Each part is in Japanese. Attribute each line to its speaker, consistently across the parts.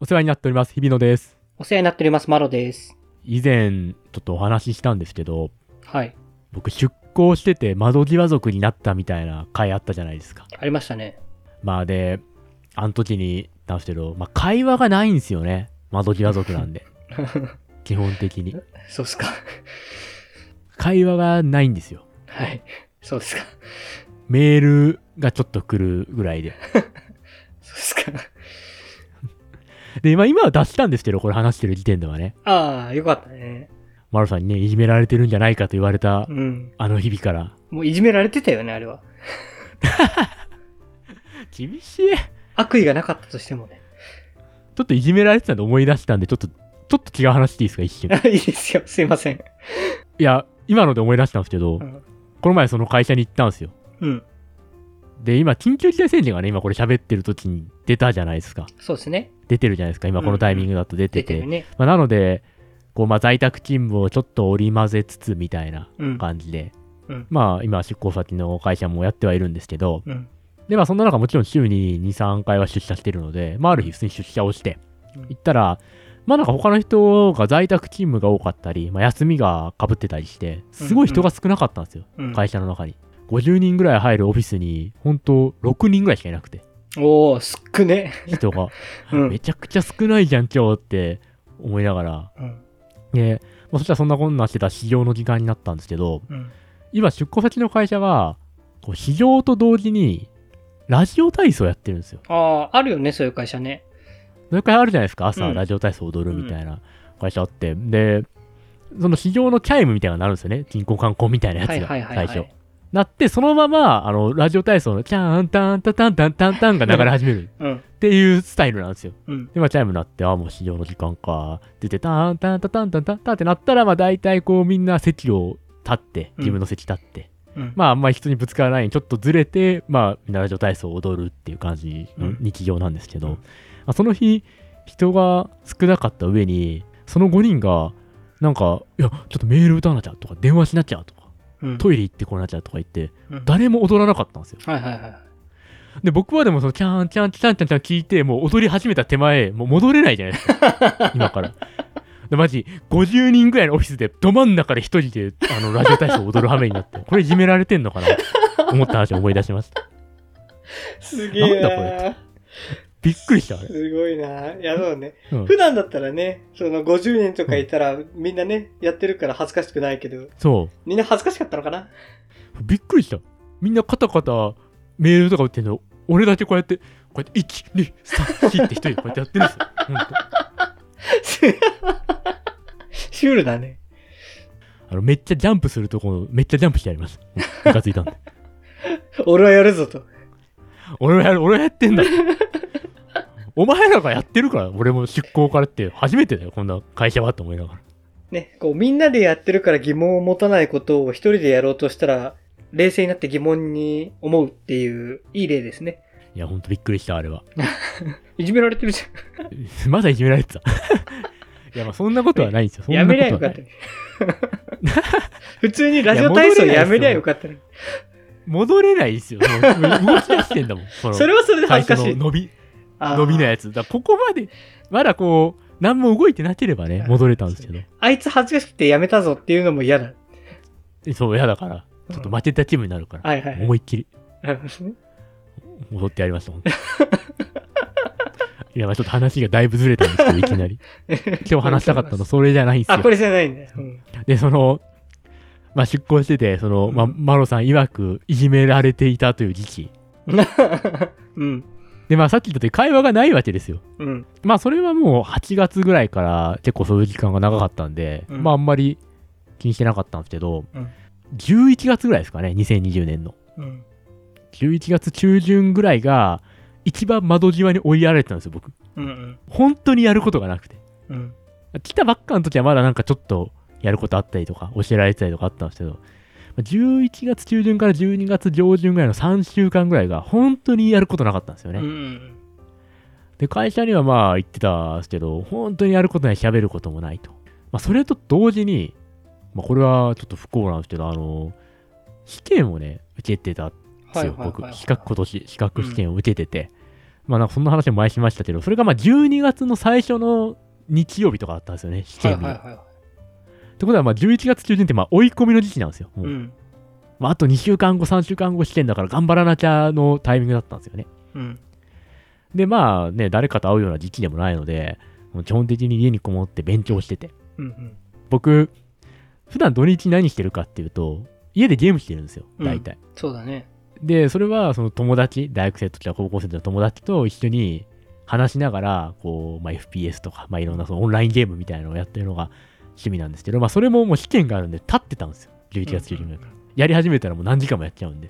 Speaker 1: お世話になっております、日比野です。
Speaker 2: お世話になっております、マロです。
Speaker 1: 以前、ちょっとお話ししたんですけど、
Speaker 2: はい。
Speaker 1: 僕、出向してて窓際族になったみたいな回あったじゃないですか。
Speaker 2: ありましたね。
Speaker 1: まあで、あの時に言ったんですけど、まあ会話がないんですよね。窓際族なん で。基本的に。
Speaker 2: そうっすか。
Speaker 1: 会話がないんですよ。
Speaker 2: はい。そうですか。
Speaker 1: メールがちょっと来るぐらいで。
Speaker 2: そうですか。
Speaker 1: で、まあ今は出したんですけど、これ話してる時点ではね。
Speaker 2: ああ、よかったね。
Speaker 1: マロさんにね、いじめられてるんじゃないかと言われた
Speaker 2: う、ん。
Speaker 1: あの日々から。
Speaker 2: もういじめられてたよね、あれは。
Speaker 1: 厳しい。
Speaker 2: 悪意がなかったとしてもね。
Speaker 1: ちょっといじめられてたんで思い出したんで、ちょっと、ちょっと違う話していいですか、一 瞬。
Speaker 2: いいですよ。すいません。
Speaker 1: いや、今ので思い出したんですけど
Speaker 2: う、ん。
Speaker 1: この前その会社に行ったんですよ。
Speaker 2: うん。
Speaker 1: で、今、緊急事態宣言がね、今これ喋ってる時に出たじゃないですか。
Speaker 2: そうですね。
Speaker 1: 出てるじゃないですか、今このタイミングだと出て
Speaker 2: 出
Speaker 1: て。
Speaker 2: てるね。
Speaker 1: まあ、なので、こう、まあ、在宅勤務をちょっと織り交ぜつつみたいな
Speaker 2: うん。
Speaker 1: 感じで、
Speaker 2: うん
Speaker 1: まあ、今、出向先の会社もやってはいるんですけど、
Speaker 2: うん。
Speaker 1: で、まあ、そんな中、もちろん週に2、3回は出社してるので、まあ、ある日、普通に出社をして
Speaker 2: うん、
Speaker 1: 行ったら、まあ、なんか他の人が在宅勤務が多かったり、まあ、休みがかぶってたりして、すごい人が少なかったんですよ、
Speaker 2: うん。
Speaker 1: 会社の中に。50人ぐらい入るオフィスに、本当6人ぐらいしかいなく て、
Speaker 2: おー、すっくね。
Speaker 1: 人が、
Speaker 2: うん
Speaker 1: めちゃくちゃ少ないじゃん、今日って思いながら。
Speaker 2: うん。
Speaker 1: で、まあ、そしたらそんなこんなしてた始業の時間になったんですけど、
Speaker 2: うん。
Speaker 1: 今、出向先の会社は、こう始業と同時に、ラジオ体操やってるんですよ。
Speaker 2: ああ、あるよね、そういう会社ね。
Speaker 1: そういう会あるじゃないですか、朝、
Speaker 2: うん
Speaker 1: ラジオ体操踊るみたいな会社あって、で、その市場のチャイムみたいなのがなるんですよね、銀行観光みたいなやつ
Speaker 2: はい
Speaker 1: が、
Speaker 2: はい
Speaker 1: 最
Speaker 2: はい、はい。
Speaker 1: 初。なって、そのまま、あの、ラジオ体操の、チャンタンタタンタンタンタンが流れ始め る
Speaker 2: うん。
Speaker 1: っていうスタイルなんですよ。
Speaker 2: うん。
Speaker 1: で、まあ、チャイム鳴って、あ、もう市場の時間か、って言って、タンタンタタンタンタンタンってなったら、まあ、大体こう、みんな席を立って、自分の席立って、
Speaker 2: うん。
Speaker 1: まあ、あんまり人にぶつからないようにちょっとずれて、まあ、みんなラジオ体操を踊るっていう感じの日常なんですけど、
Speaker 2: うん
Speaker 1: まあその日、人が少なかった上に、その5人が、なんか、いや、ちょっとメール打たなきゃとか、電話しなきゃとか、
Speaker 2: うん。
Speaker 1: トイレ行ってこなきゃとか言って、
Speaker 2: うん
Speaker 1: 誰も踊らなかったんですよ。
Speaker 2: はいはいはい。
Speaker 1: で、僕はでも、その、チャンチャンチャンチャンチャン聞いて、もう踊り始めた手前、もう戻れないじゃないですか、今から。でマジ50人ぐらいのオフィスでど真ん中で一人であのラジオ体操を踊る羽目になってこれいじめられてんのかなと思った話を思い出しました
Speaker 2: すげえ。
Speaker 1: なんだこれびっくりした、あれ。
Speaker 2: すごいな。いや、そうね。
Speaker 1: うん
Speaker 2: 普段だったらね、その50人とかいたら、みんなね、やってるから恥ずかしくないけど、
Speaker 1: そ
Speaker 2: みんな恥ずかしかったのかな
Speaker 1: う。びっくりした。みんなカタカタメールとか打ってんの、俺だけこうやって、こうやって、1、2、3、4って一人でこうやってやってるんですよ。ほんと
Speaker 2: シュールだね。
Speaker 1: あのめっちゃジャンプするところ、めっちゃジャンプしてやります。うんムカついたんで。
Speaker 2: 俺はやるぞと。
Speaker 1: 俺はやる、俺はやってん だ。お前らがやってるから、俺も出向からって初めてだよ、こんな会社はと思いながら。
Speaker 2: ね、こう、みんなでやってるから疑問を持たないことを一人でやろうとしたら、冷静になって疑問に思うっていう、いい例ですね。
Speaker 1: いや、ほんとびっくりした、あれは。
Speaker 2: いじめられてるじ
Speaker 1: まだいじめられてた。 いや、まあそんなことはないんですよ。
Speaker 2: ゃ
Speaker 1: そ
Speaker 2: ん。
Speaker 1: ん
Speaker 2: や
Speaker 1: なこ
Speaker 2: めりゃ
Speaker 1: と
Speaker 2: よ
Speaker 1: は
Speaker 2: か
Speaker 1: な
Speaker 2: った
Speaker 1: い。
Speaker 2: ね。普通にラジオ体操やめりゃよかったね。
Speaker 1: 戻れないですよ。もう動き出してん だもん。その
Speaker 2: それはそれで
Speaker 1: 最
Speaker 2: 恥ず
Speaker 1: 初
Speaker 2: かしい
Speaker 1: の。伸び
Speaker 2: あー
Speaker 1: 伸びのやつだからここまでまだこう何も動いてなければね戻れたんですけど
Speaker 2: あいつ恥ずかしくてやめたぞっていうのも嫌だ。
Speaker 1: そう嫌だからちょっと負けた気分になるから、
Speaker 2: はいはいはい。
Speaker 1: 思いっきり
Speaker 2: なるほどね
Speaker 1: 戻ってやりま した本当にいやまあちょっと話がだいぶずれたん ですけどいきなり今日話したかったのそれじゃないんです
Speaker 2: あ、こ
Speaker 1: よ
Speaker 2: れじゃないんだ。うん
Speaker 1: でそのまあ出向しててその、まあ、マロさん曰くいじめられていたという時期
Speaker 2: うん。
Speaker 1: でまあさっき言ったとおり会話がないわけですよ
Speaker 2: うん。
Speaker 1: まあそれはもう8月ぐらいから結構そういう時間が長かったんで、
Speaker 2: うん
Speaker 1: まああんまり気にしてなかったんですけど、
Speaker 2: うん
Speaker 1: 11月ぐらいですかね2020年の
Speaker 2: うん。
Speaker 1: 11月中旬ぐらいが一番窓際に追いやられてたんですよ僕
Speaker 2: うん。
Speaker 1: 本当にやることがなくて
Speaker 2: うん。
Speaker 1: 来たばっかの時はまだなんかちょっとやることあったりとか教えられてたりとかあったんですけどまあ11月中旬から12月上旬ぐらいの3週間ぐらいが本当にやることなかったんですよ
Speaker 2: う
Speaker 1: ね、
Speaker 2: ん。
Speaker 1: で会社にはまあ行ってたんですけど本当にやることない喋ることもないと、まあ、それと同時に、まあ、これはちょっと不幸なんですけどあの試験をね受けてたんですよ、僕資格今年資格試験を受けてて、まあなんかそんな話も前にしましたけど、それがまあ12月の最初の日曜日とかあったんですよね、試
Speaker 2: はい
Speaker 1: 験日。
Speaker 2: はい
Speaker 1: って
Speaker 2: は
Speaker 1: ことはまあ11月中旬ってまあ追い込みの時期なんですよ。も
Speaker 2: い。
Speaker 1: う
Speaker 2: うん。
Speaker 1: まあ、あと2週間後、3週間後試験だから頑張らなきゃのタイミングだったんですよね。
Speaker 2: うん。
Speaker 1: で、まあね、誰かと会うような時期でもないので、もう基本的に家にこもって勉強してて。
Speaker 2: うんうん。
Speaker 1: 僕、普段土日何してるかっていうと、家でゲームしてるんですよ、大体。
Speaker 2: そうだね。
Speaker 1: で、それはその友達、大学生の時は高校生の時の友達と一緒に話しながら、こう、まあ、FPS とか、まあ、いろんなそのオンラインゲームみたいなのをやってるのが趣味なんですけど、まあ、それももう試験があるんで、立ってたんですよ、11月中旬ぐらいから。やり始めたらもう何時間もやっちゃうんで。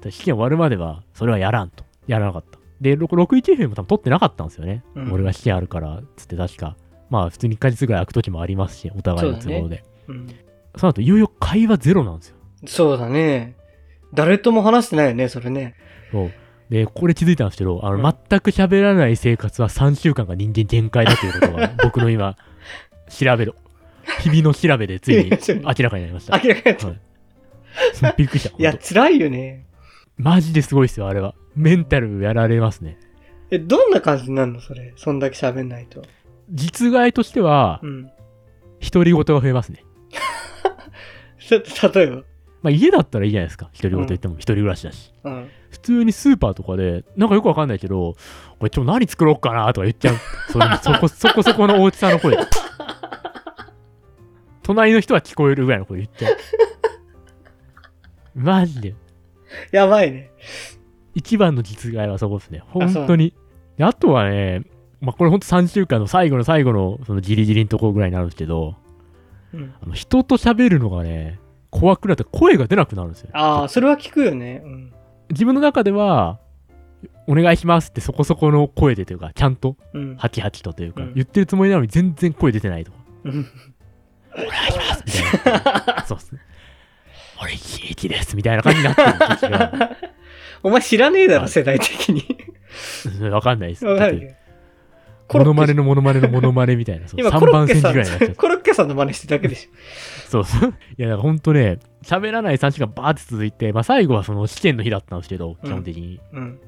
Speaker 1: ただ試験終わるまでは、それはやらんと。やらなかった。で、6 61FM も多分取ってなかったんですよね。
Speaker 2: うん
Speaker 1: 俺が試験あるから、つって確か。まあ、普通に1ヶ月ぐらい空く時もありますし、お互いの都合
Speaker 2: そう
Speaker 1: で。
Speaker 2: うんうん。
Speaker 1: その後、いよいよ会話ゼロなんですよ。
Speaker 2: そうだね。誰とも話してないよね、それね。
Speaker 1: そうでこれ気づいたんですけどあの、
Speaker 2: うん
Speaker 1: 全く喋らない生活は3週間が人間限界だということ が僕の今調べろ日々の調べで ついに
Speaker 2: そう
Speaker 1: 明らかになりました
Speaker 2: 明らかになった
Speaker 1: はいびっくりした
Speaker 2: いや、
Speaker 1: 本
Speaker 2: 辛いよね。
Speaker 1: 当マジですごいですよあれはメンタルやられますね
Speaker 2: え、どんな感じになるのそれ。そんだけ喋んないと。
Speaker 1: 実害としては
Speaker 2: うん。
Speaker 1: 独り言が増えますね、
Speaker 2: せ例えば。
Speaker 1: まあ、家だったらいいじゃないですか独り言言っても一人暮らしだし、
Speaker 2: うん。
Speaker 1: 普通にスーパーとかでなんかよくわかんないけどこれ今日何作ろうかなとか言っちゃうそれ そこそこそこの大きさの声隣の人は聞こえるぐらいの声言っちゃうマジで
Speaker 2: やばいね。
Speaker 1: 一番の実害はそこですね
Speaker 2: あそう
Speaker 1: 本当にであとはねまあこれほんと3週間の最後の最後のそのギリギリのところぐらいになるんですけど
Speaker 2: うん。
Speaker 1: あの人と喋るのがね怖くなって声が出なくなるんですよ
Speaker 2: ああ、それは聞くよね。うん。
Speaker 1: 自分の中ではお願いしますってそこそこの声でというかちゃんと
Speaker 2: うん。
Speaker 1: ハキハキとというか、
Speaker 2: うん
Speaker 1: 言ってるつもりなのに全然声出てないとか、
Speaker 2: うん
Speaker 1: お願いしますみたいな。そうっす。俺、ひいきですみたいな感じになってる時が
Speaker 2: お前知らねえだろ、
Speaker 1: はい
Speaker 2: 世代的に。
Speaker 1: うんわかんないです。
Speaker 2: わかる
Speaker 1: だって
Speaker 2: よ。コ
Speaker 1: モ
Speaker 2: ロ
Speaker 1: ノマ
Speaker 2: ッ
Speaker 1: ネ
Speaker 2: ケ
Speaker 1: のモノマネのモノマネみたいな、そう
Speaker 2: 今コ
Speaker 1: 3
Speaker 2: ロッ
Speaker 1: 番
Speaker 2: ケ
Speaker 1: 線時ぐらい
Speaker 2: さ
Speaker 1: になっちゃっ
Speaker 2: ん、コロッケさんの真似してるだけでしょ。
Speaker 1: た。そうそう。いや、だからほんとね、喋らない3時間バーって続いて、まあ最後はその試験の日だったんですけど、
Speaker 2: うん
Speaker 1: 基本的に。
Speaker 2: うん。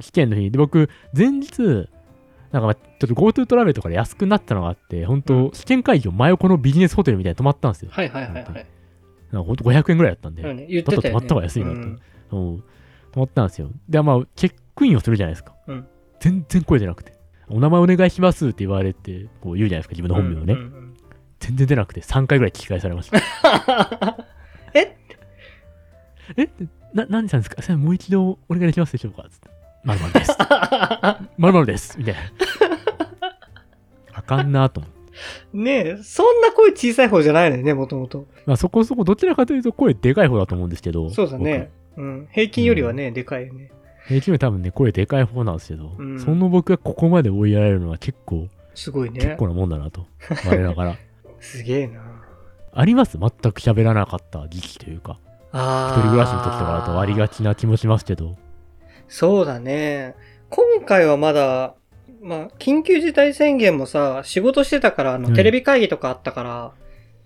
Speaker 1: 試験の日。で、僕、前日、なんかまあちょっと GoTo トラベルとかで安くなったのがあって、本当試験会議を真横のビジネスホテルみたいに泊まったんですよ。
Speaker 2: はいはいはいはい。
Speaker 1: なんかほんと500円ぐらいだったんで。
Speaker 2: うんね言ってたよ、
Speaker 1: だったら
Speaker 2: ね。
Speaker 1: 止まった方が安いな
Speaker 2: う
Speaker 1: と
Speaker 2: ん。
Speaker 1: うん、泊まったんですよ。で、まあ、チェックインをするじゃないですか。
Speaker 2: うん
Speaker 1: 全然声出なくて。お名前お願いしますって言われて、こう言うじゃないですか、自分の本名をね。
Speaker 2: うんうんうん
Speaker 1: 全然出なくて、3回ぐらい聞き返されま した。
Speaker 2: え
Speaker 1: えな、何さんですかそれもう一度お願いしますでしょうかつって。まるまるです。 まるまるです。みたいな。あかんなと思って。
Speaker 2: ねえ、そんな声小さい方じゃないのよね、もともと。
Speaker 1: まあ、そこそこ、どちらかというと声でかい方だと思うんですけど。
Speaker 2: そうだね。うん。平均よりはね、でかいよね。
Speaker 1: 僕。平均より多分ね、声でかい方なんですけど、
Speaker 2: うん
Speaker 1: その僕がここまで追いやられるのは結構、
Speaker 2: すごいね
Speaker 1: 結。構なもんだなと、我ながら。
Speaker 2: すげえな。
Speaker 1: あります全く喋らなかった時期というか、
Speaker 2: あ
Speaker 1: 一
Speaker 2: あ。
Speaker 1: 人暮らしの時とかだとありがちな気もしますけど、
Speaker 2: そうだね。今回はまだ、まあ、緊急事態宣言もさ、仕事してたから、あ
Speaker 1: う
Speaker 2: の、
Speaker 1: ん
Speaker 2: テレビ会議とかあったから、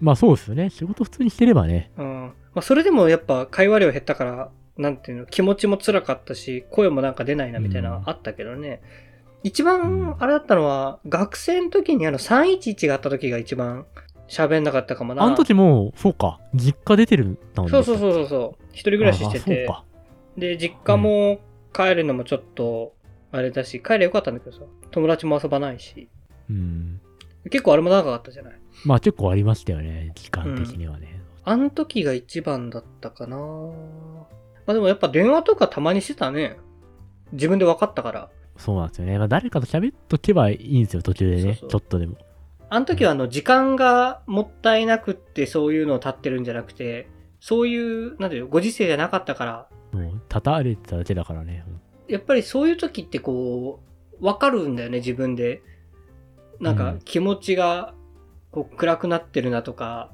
Speaker 1: まあそうですよね。仕事普通にしてればね。
Speaker 2: うん。まあ、それでもやっぱ会話量減ったから、なんていうの、気持ちも辛かったし、声もなんか出ないなみたいなの
Speaker 1: うん
Speaker 2: あったけどね。一
Speaker 1: うん
Speaker 2: 番、あれだったのは、学生の時にあの、311があった時が一番喋んなかったかもな。
Speaker 1: あの時も、そうか、実家出てるたん
Speaker 2: そうそうそうそうそう。一人暮らししてて
Speaker 1: あ。あ
Speaker 2: で、実家も帰るのもちょっと、あれだし、帰りゃよかったんだけどさ、友達も遊ばないし。
Speaker 1: そうか。うん。
Speaker 2: 結構あれも長かったじゃない
Speaker 1: まあ結構ありましたよね、時間的にはね。
Speaker 2: あの時が一番だったかなまあでもやっぱ電話とかたまにしてたね。自分で分かったから。
Speaker 1: そうなんですよね。まあ誰かと喋っとけばいいんですよ、途中でね。
Speaker 2: そうそう
Speaker 1: ちょっとでも。
Speaker 2: あの時はあの時間がもったいなくってそういうのを立ってるんじゃなくて、そういう、なんていうのご時世じゃなかったから、
Speaker 1: もう、立たれてただけだからね。
Speaker 2: やっぱりそういう時ってこう、分かるんだよね、自分で。なん
Speaker 1: う
Speaker 2: か
Speaker 1: ん
Speaker 2: 気持ちがこう暗くなってるなとか、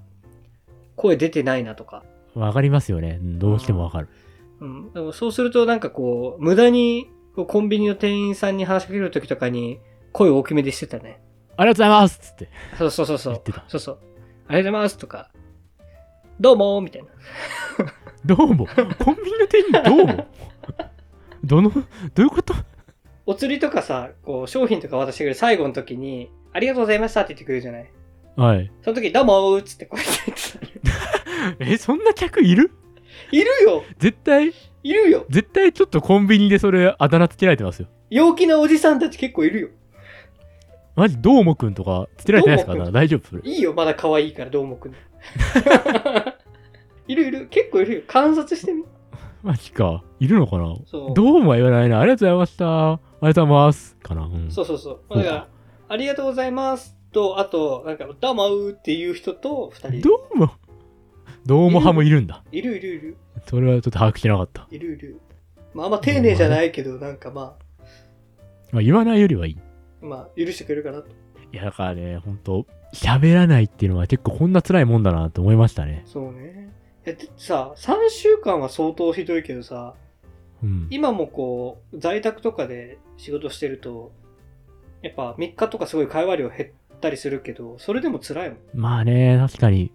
Speaker 2: 声出てないなとか。
Speaker 1: わかりますよね。うんどうしてもわかる。
Speaker 2: うん、でもそうするとなんかこう、無駄にこうコンビニの店員さんに話しかける時とかに声を大きめでしてたね。
Speaker 1: ありがとうございますっつって
Speaker 2: そうそうそうそ
Speaker 1: 言っ
Speaker 2: う。
Speaker 1: てた。
Speaker 2: そうそう。ありがとうございますとか、どうもみたいな。
Speaker 1: どうも。コンビニの店員どうも。どの、どういうこと
Speaker 2: お釣りとかさ、こう、商品とか渡してくれる最後の時に、ありがとうございましたって言ってくれるじゃない。
Speaker 1: はい。
Speaker 2: その時、どうもーっつってこうやって言ってたね
Speaker 1: え、そんな客いる
Speaker 2: いるよ
Speaker 1: 絶対、
Speaker 2: いるよ
Speaker 1: 絶対ちょっとコンビニでそれあだ名つけられてますよ。
Speaker 2: 陽気なおじさんたち結構いるよ。
Speaker 1: マジ、どーもくんとかつけられてないですか
Speaker 2: どーもくん
Speaker 1: 大丈夫それ。
Speaker 2: いいよ、まだ可愛いから、どうもくん。 いるいる、結構いるよ。観察してみ。
Speaker 1: マジか。いるのかな
Speaker 2: そう。
Speaker 1: どうもは言わないな。ありがとうございました。ありがとうございます。かな。うん。
Speaker 2: そうそうそう。
Speaker 1: そう
Speaker 2: だから、ありがとうございますと、あと、なんか、どうもーっていう人と二人。
Speaker 1: どうも。どうも派もいるんだ。
Speaker 2: いるいるいる、
Speaker 1: それはちょっと把握してなかった。
Speaker 2: いるいる。まあ、あんま丁寧じゃないけど、なんかま
Speaker 1: まあ、言わないよりはいい。
Speaker 2: あ、まあ、許してくれるかなと。
Speaker 1: いや、だからね、ほんと、喋らないっていうのは結構こんな辛いもんだなと思いましたね。
Speaker 2: そうね。いや、だってさ、3週間は相当ひどいけどさ、
Speaker 1: うん。
Speaker 2: 今もこう、在宅とかで仕事してると、やっぱ3日とかすごい会話量減ったりするけど、それでも辛いもん。
Speaker 1: まあね、確かに、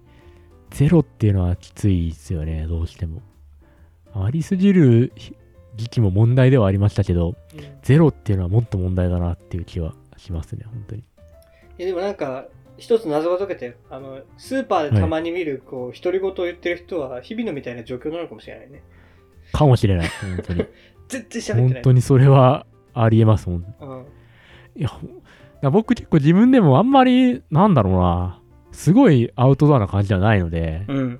Speaker 1: ゼロっていうのはきついですよね、どうしても。ありすぎる時期も問題ではありましたけど、
Speaker 2: うん、い
Speaker 1: ゼロっていうのはもっと問題だなっていう気はしますね、本当に。
Speaker 2: や、でもなんか、一つ謎が解けて、あの、スーパーでたまに見る、こう、独り言を言ってる人は、日々のみたいな状況なのかもしれないね。
Speaker 1: かもしれない、本当に。
Speaker 2: 全然喋って
Speaker 1: 本
Speaker 2: ない。
Speaker 1: 当にそれはありえます、本当に
Speaker 2: うん。
Speaker 1: いや、ほんな僕結構自分でもあんまり、なんだろうな、すごいアウトドアな感じではないので、
Speaker 2: うん。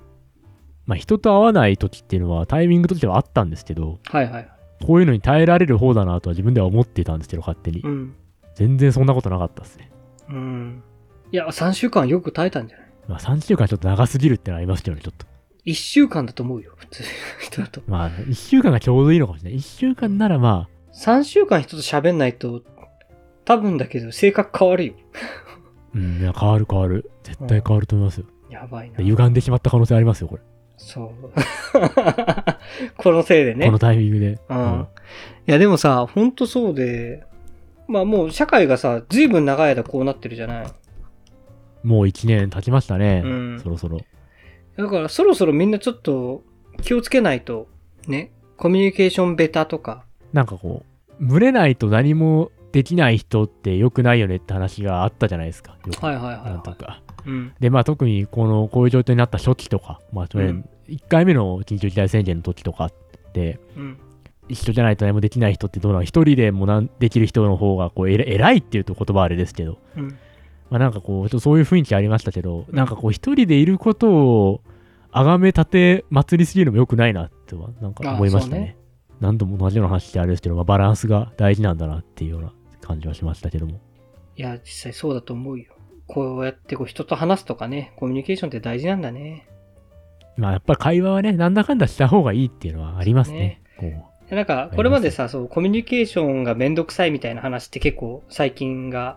Speaker 1: まあ人と会わない時っていうのはタイミングとしてはあったんですけど、
Speaker 2: はいはいはい。
Speaker 1: こういうのに耐えられる方だなとは自分では思っていたんですけど、勝手に
Speaker 2: う。ん。
Speaker 1: 全然そんなことなかったですね。
Speaker 2: うん。いや、3週間よく耐えたんじゃない
Speaker 1: まあ3週間ちょっと長すぎるってのはありますけどね、ちょっと。
Speaker 2: ?1 週間だと思うよ、普通の人だと。
Speaker 1: まあ1週間がちょうどいいのかもしれない。1週間ならまあ、
Speaker 2: 3週間人と喋んないと、多分だけど性格変わるよ。
Speaker 1: うん、いや変わる変わる。絶対変わると思いますよ。
Speaker 2: やばいな。
Speaker 1: 歪んでしまった可能性ありますよ、これ。
Speaker 2: そう。 このせいでね。
Speaker 1: このタイミングで。
Speaker 2: うん。いや、でもさ、ほんとそうで、まあもう社会がさ、ずいぶん長い間こうなってるじゃない。
Speaker 1: もう1年経ちましたね、
Speaker 2: うん
Speaker 1: そろそろ。
Speaker 2: だからそろそろみんなちょっと気をつけないと、ね。コミュニケーションベタとか。
Speaker 1: なんかこう、群れないと何もできない人って良くないよねって話があったじゃないですか。よく
Speaker 2: はいはいはい、
Speaker 1: なんと
Speaker 2: は
Speaker 1: か。
Speaker 2: い。うん。
Speaker 1: で、まあ特にこの、こういう状況になった初期とか、まあ去
Speaker 2: う
Speaker 1: 年
Speaker 2: ん、
Speaker 1: 1回目の緊急事態宣言の時とかって、
Speaker 2: うん。
Speaker 1: 一緒じゃないと何もできない人ってどうなの一人でもなんできる人の方がこう偉偉いっていうと言葉はあれですけど、
Speaker 2: うん。
Speaker 1: まあなんかこう、ちょっとそういう雰囲気ありましたけど、なんかこう一人でいることを崇め立て祭りすぎるのも良くないなっては、なんか思いました
Speaker 2: あそう
Speaker 1: ね
Speaker 2: ね。
Speaker 1: 何度も同じような話ってあれですけど、まあ、バランスが大事なんだなっていうような感じはしましたけども。
Speaker 2: いや、実際そうだと思うよ。こうやってこう人と話すとかね、コミュニケーションって大事なんだね。
Speaker 1: まあやっぱり会話はね、なんだかんだした方がいいっていうのはありますね。こう
Speaker 2: なんか、これまでさ、そう、コミュニケーションがめんどくさいみたいな話って結構最近が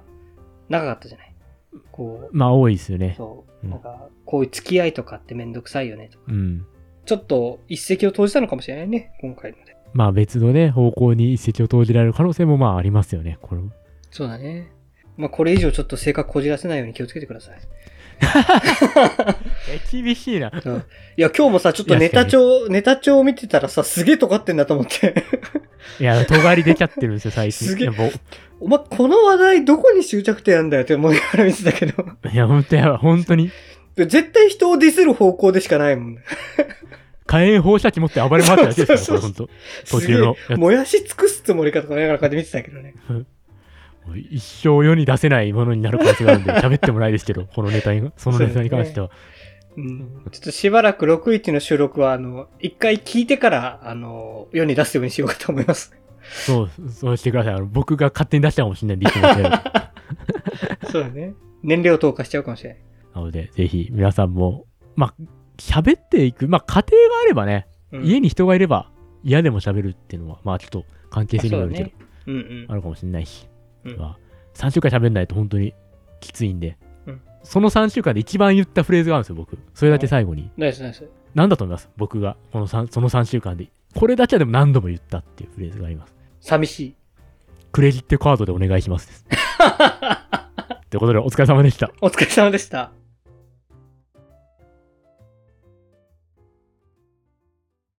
Speaker 2: 長かったじゃないこ
Speaker 1: まあ多いですよ
Speaker 2: う、
Speaker 1: ね。
Speaker 2: そう、
Speaker 1: うん
Speaker 2: なんか、こういう付き合いとかってめんどくさいよねとか。
Speaker 1: うん。
Speaker 2: ちょっと一石を投じたのかもしれないね、今回ので。
Speaker 1: まあ別のね、方向に一石を投じられる可能性もまあありますよね。これも
Speaker 2: そうだね。まあ、これ以上ちょっと性格こじらせないように気をつけてくだ さい。
Speaker 1: え、厳しいな。
Speaker 2: うんいや、今日もさ、ちょっとネタ帳、ネタ帳を見てたらさ、すげえ尖ってんなと思って。
Speaker 1: いや、尖り出ちゃってるんですよ、最近。
Speaker 2: すげえ
Speaker 1: いやもう
Speaker 2: お前、この話題どこに執着点あんだよって思いながら見てたけど。
Speaker 1: いや、本当やばい、本当に。
Speaker 2: 絶対人をディスる方向でしかないもん。
Speaker 1: 火炎放射器持って暴れ回ってるやつですよ、これ本当。途中の
Speaker 2: すげ
Speaker 1: や
Speaker 2: え
Speaker 1: つ
Speaker 2: 燃やし尽くすつもりかとか思いながらこうやって見てたけどね。
Speaker 1: もう一生世に出せないものになる可能性がある んで、喋ってもないですけど、このネタに、そのネタに関しては。
Speaker 2: うん。ちょっとしばらく61の収録は、あの、一回聞いてから、あの、世に出すようにしようかと思います。
Speaker 1: そう、そうしてください。あの僕が勝手に出したかもしれないんで、いつも言ってる
Speaker 2: そうだね。燃料投下しちゃうかもしれない。
Speaker 1: なので、ぜひ皆さんも、まあ、喋っていく、まあ、家庭があればね、
Speaker 2: うん、
Speaker 1: 家に人がいれば嫌でも喋るっていうのは、まあ、ちょっと関係性にもよるけど、
Speaker 2: あそうだね。うん
Speaker 1: あるかもしれないし、
Speaker 2: うん
Speaker 1: まあ、3週間喋んないと本当にきついんで、
Speaker 2: うん
Speaker 1: その3週間で一番言ったフレーズがあるんですよ、僕。それだけ最後に。
Speaker 2: うん。ナイスナイス。
Speaker 1: 何だと思います僕がこの三その3週間で。これだけはでも何度も言ったっていうフレーズがあります。
Speaker 2: 寂しい。
Speaker 1: ク レジットカードでお願いしますです。ということで、お疲れ様でした。
Speaker 2: お疲れ様でした。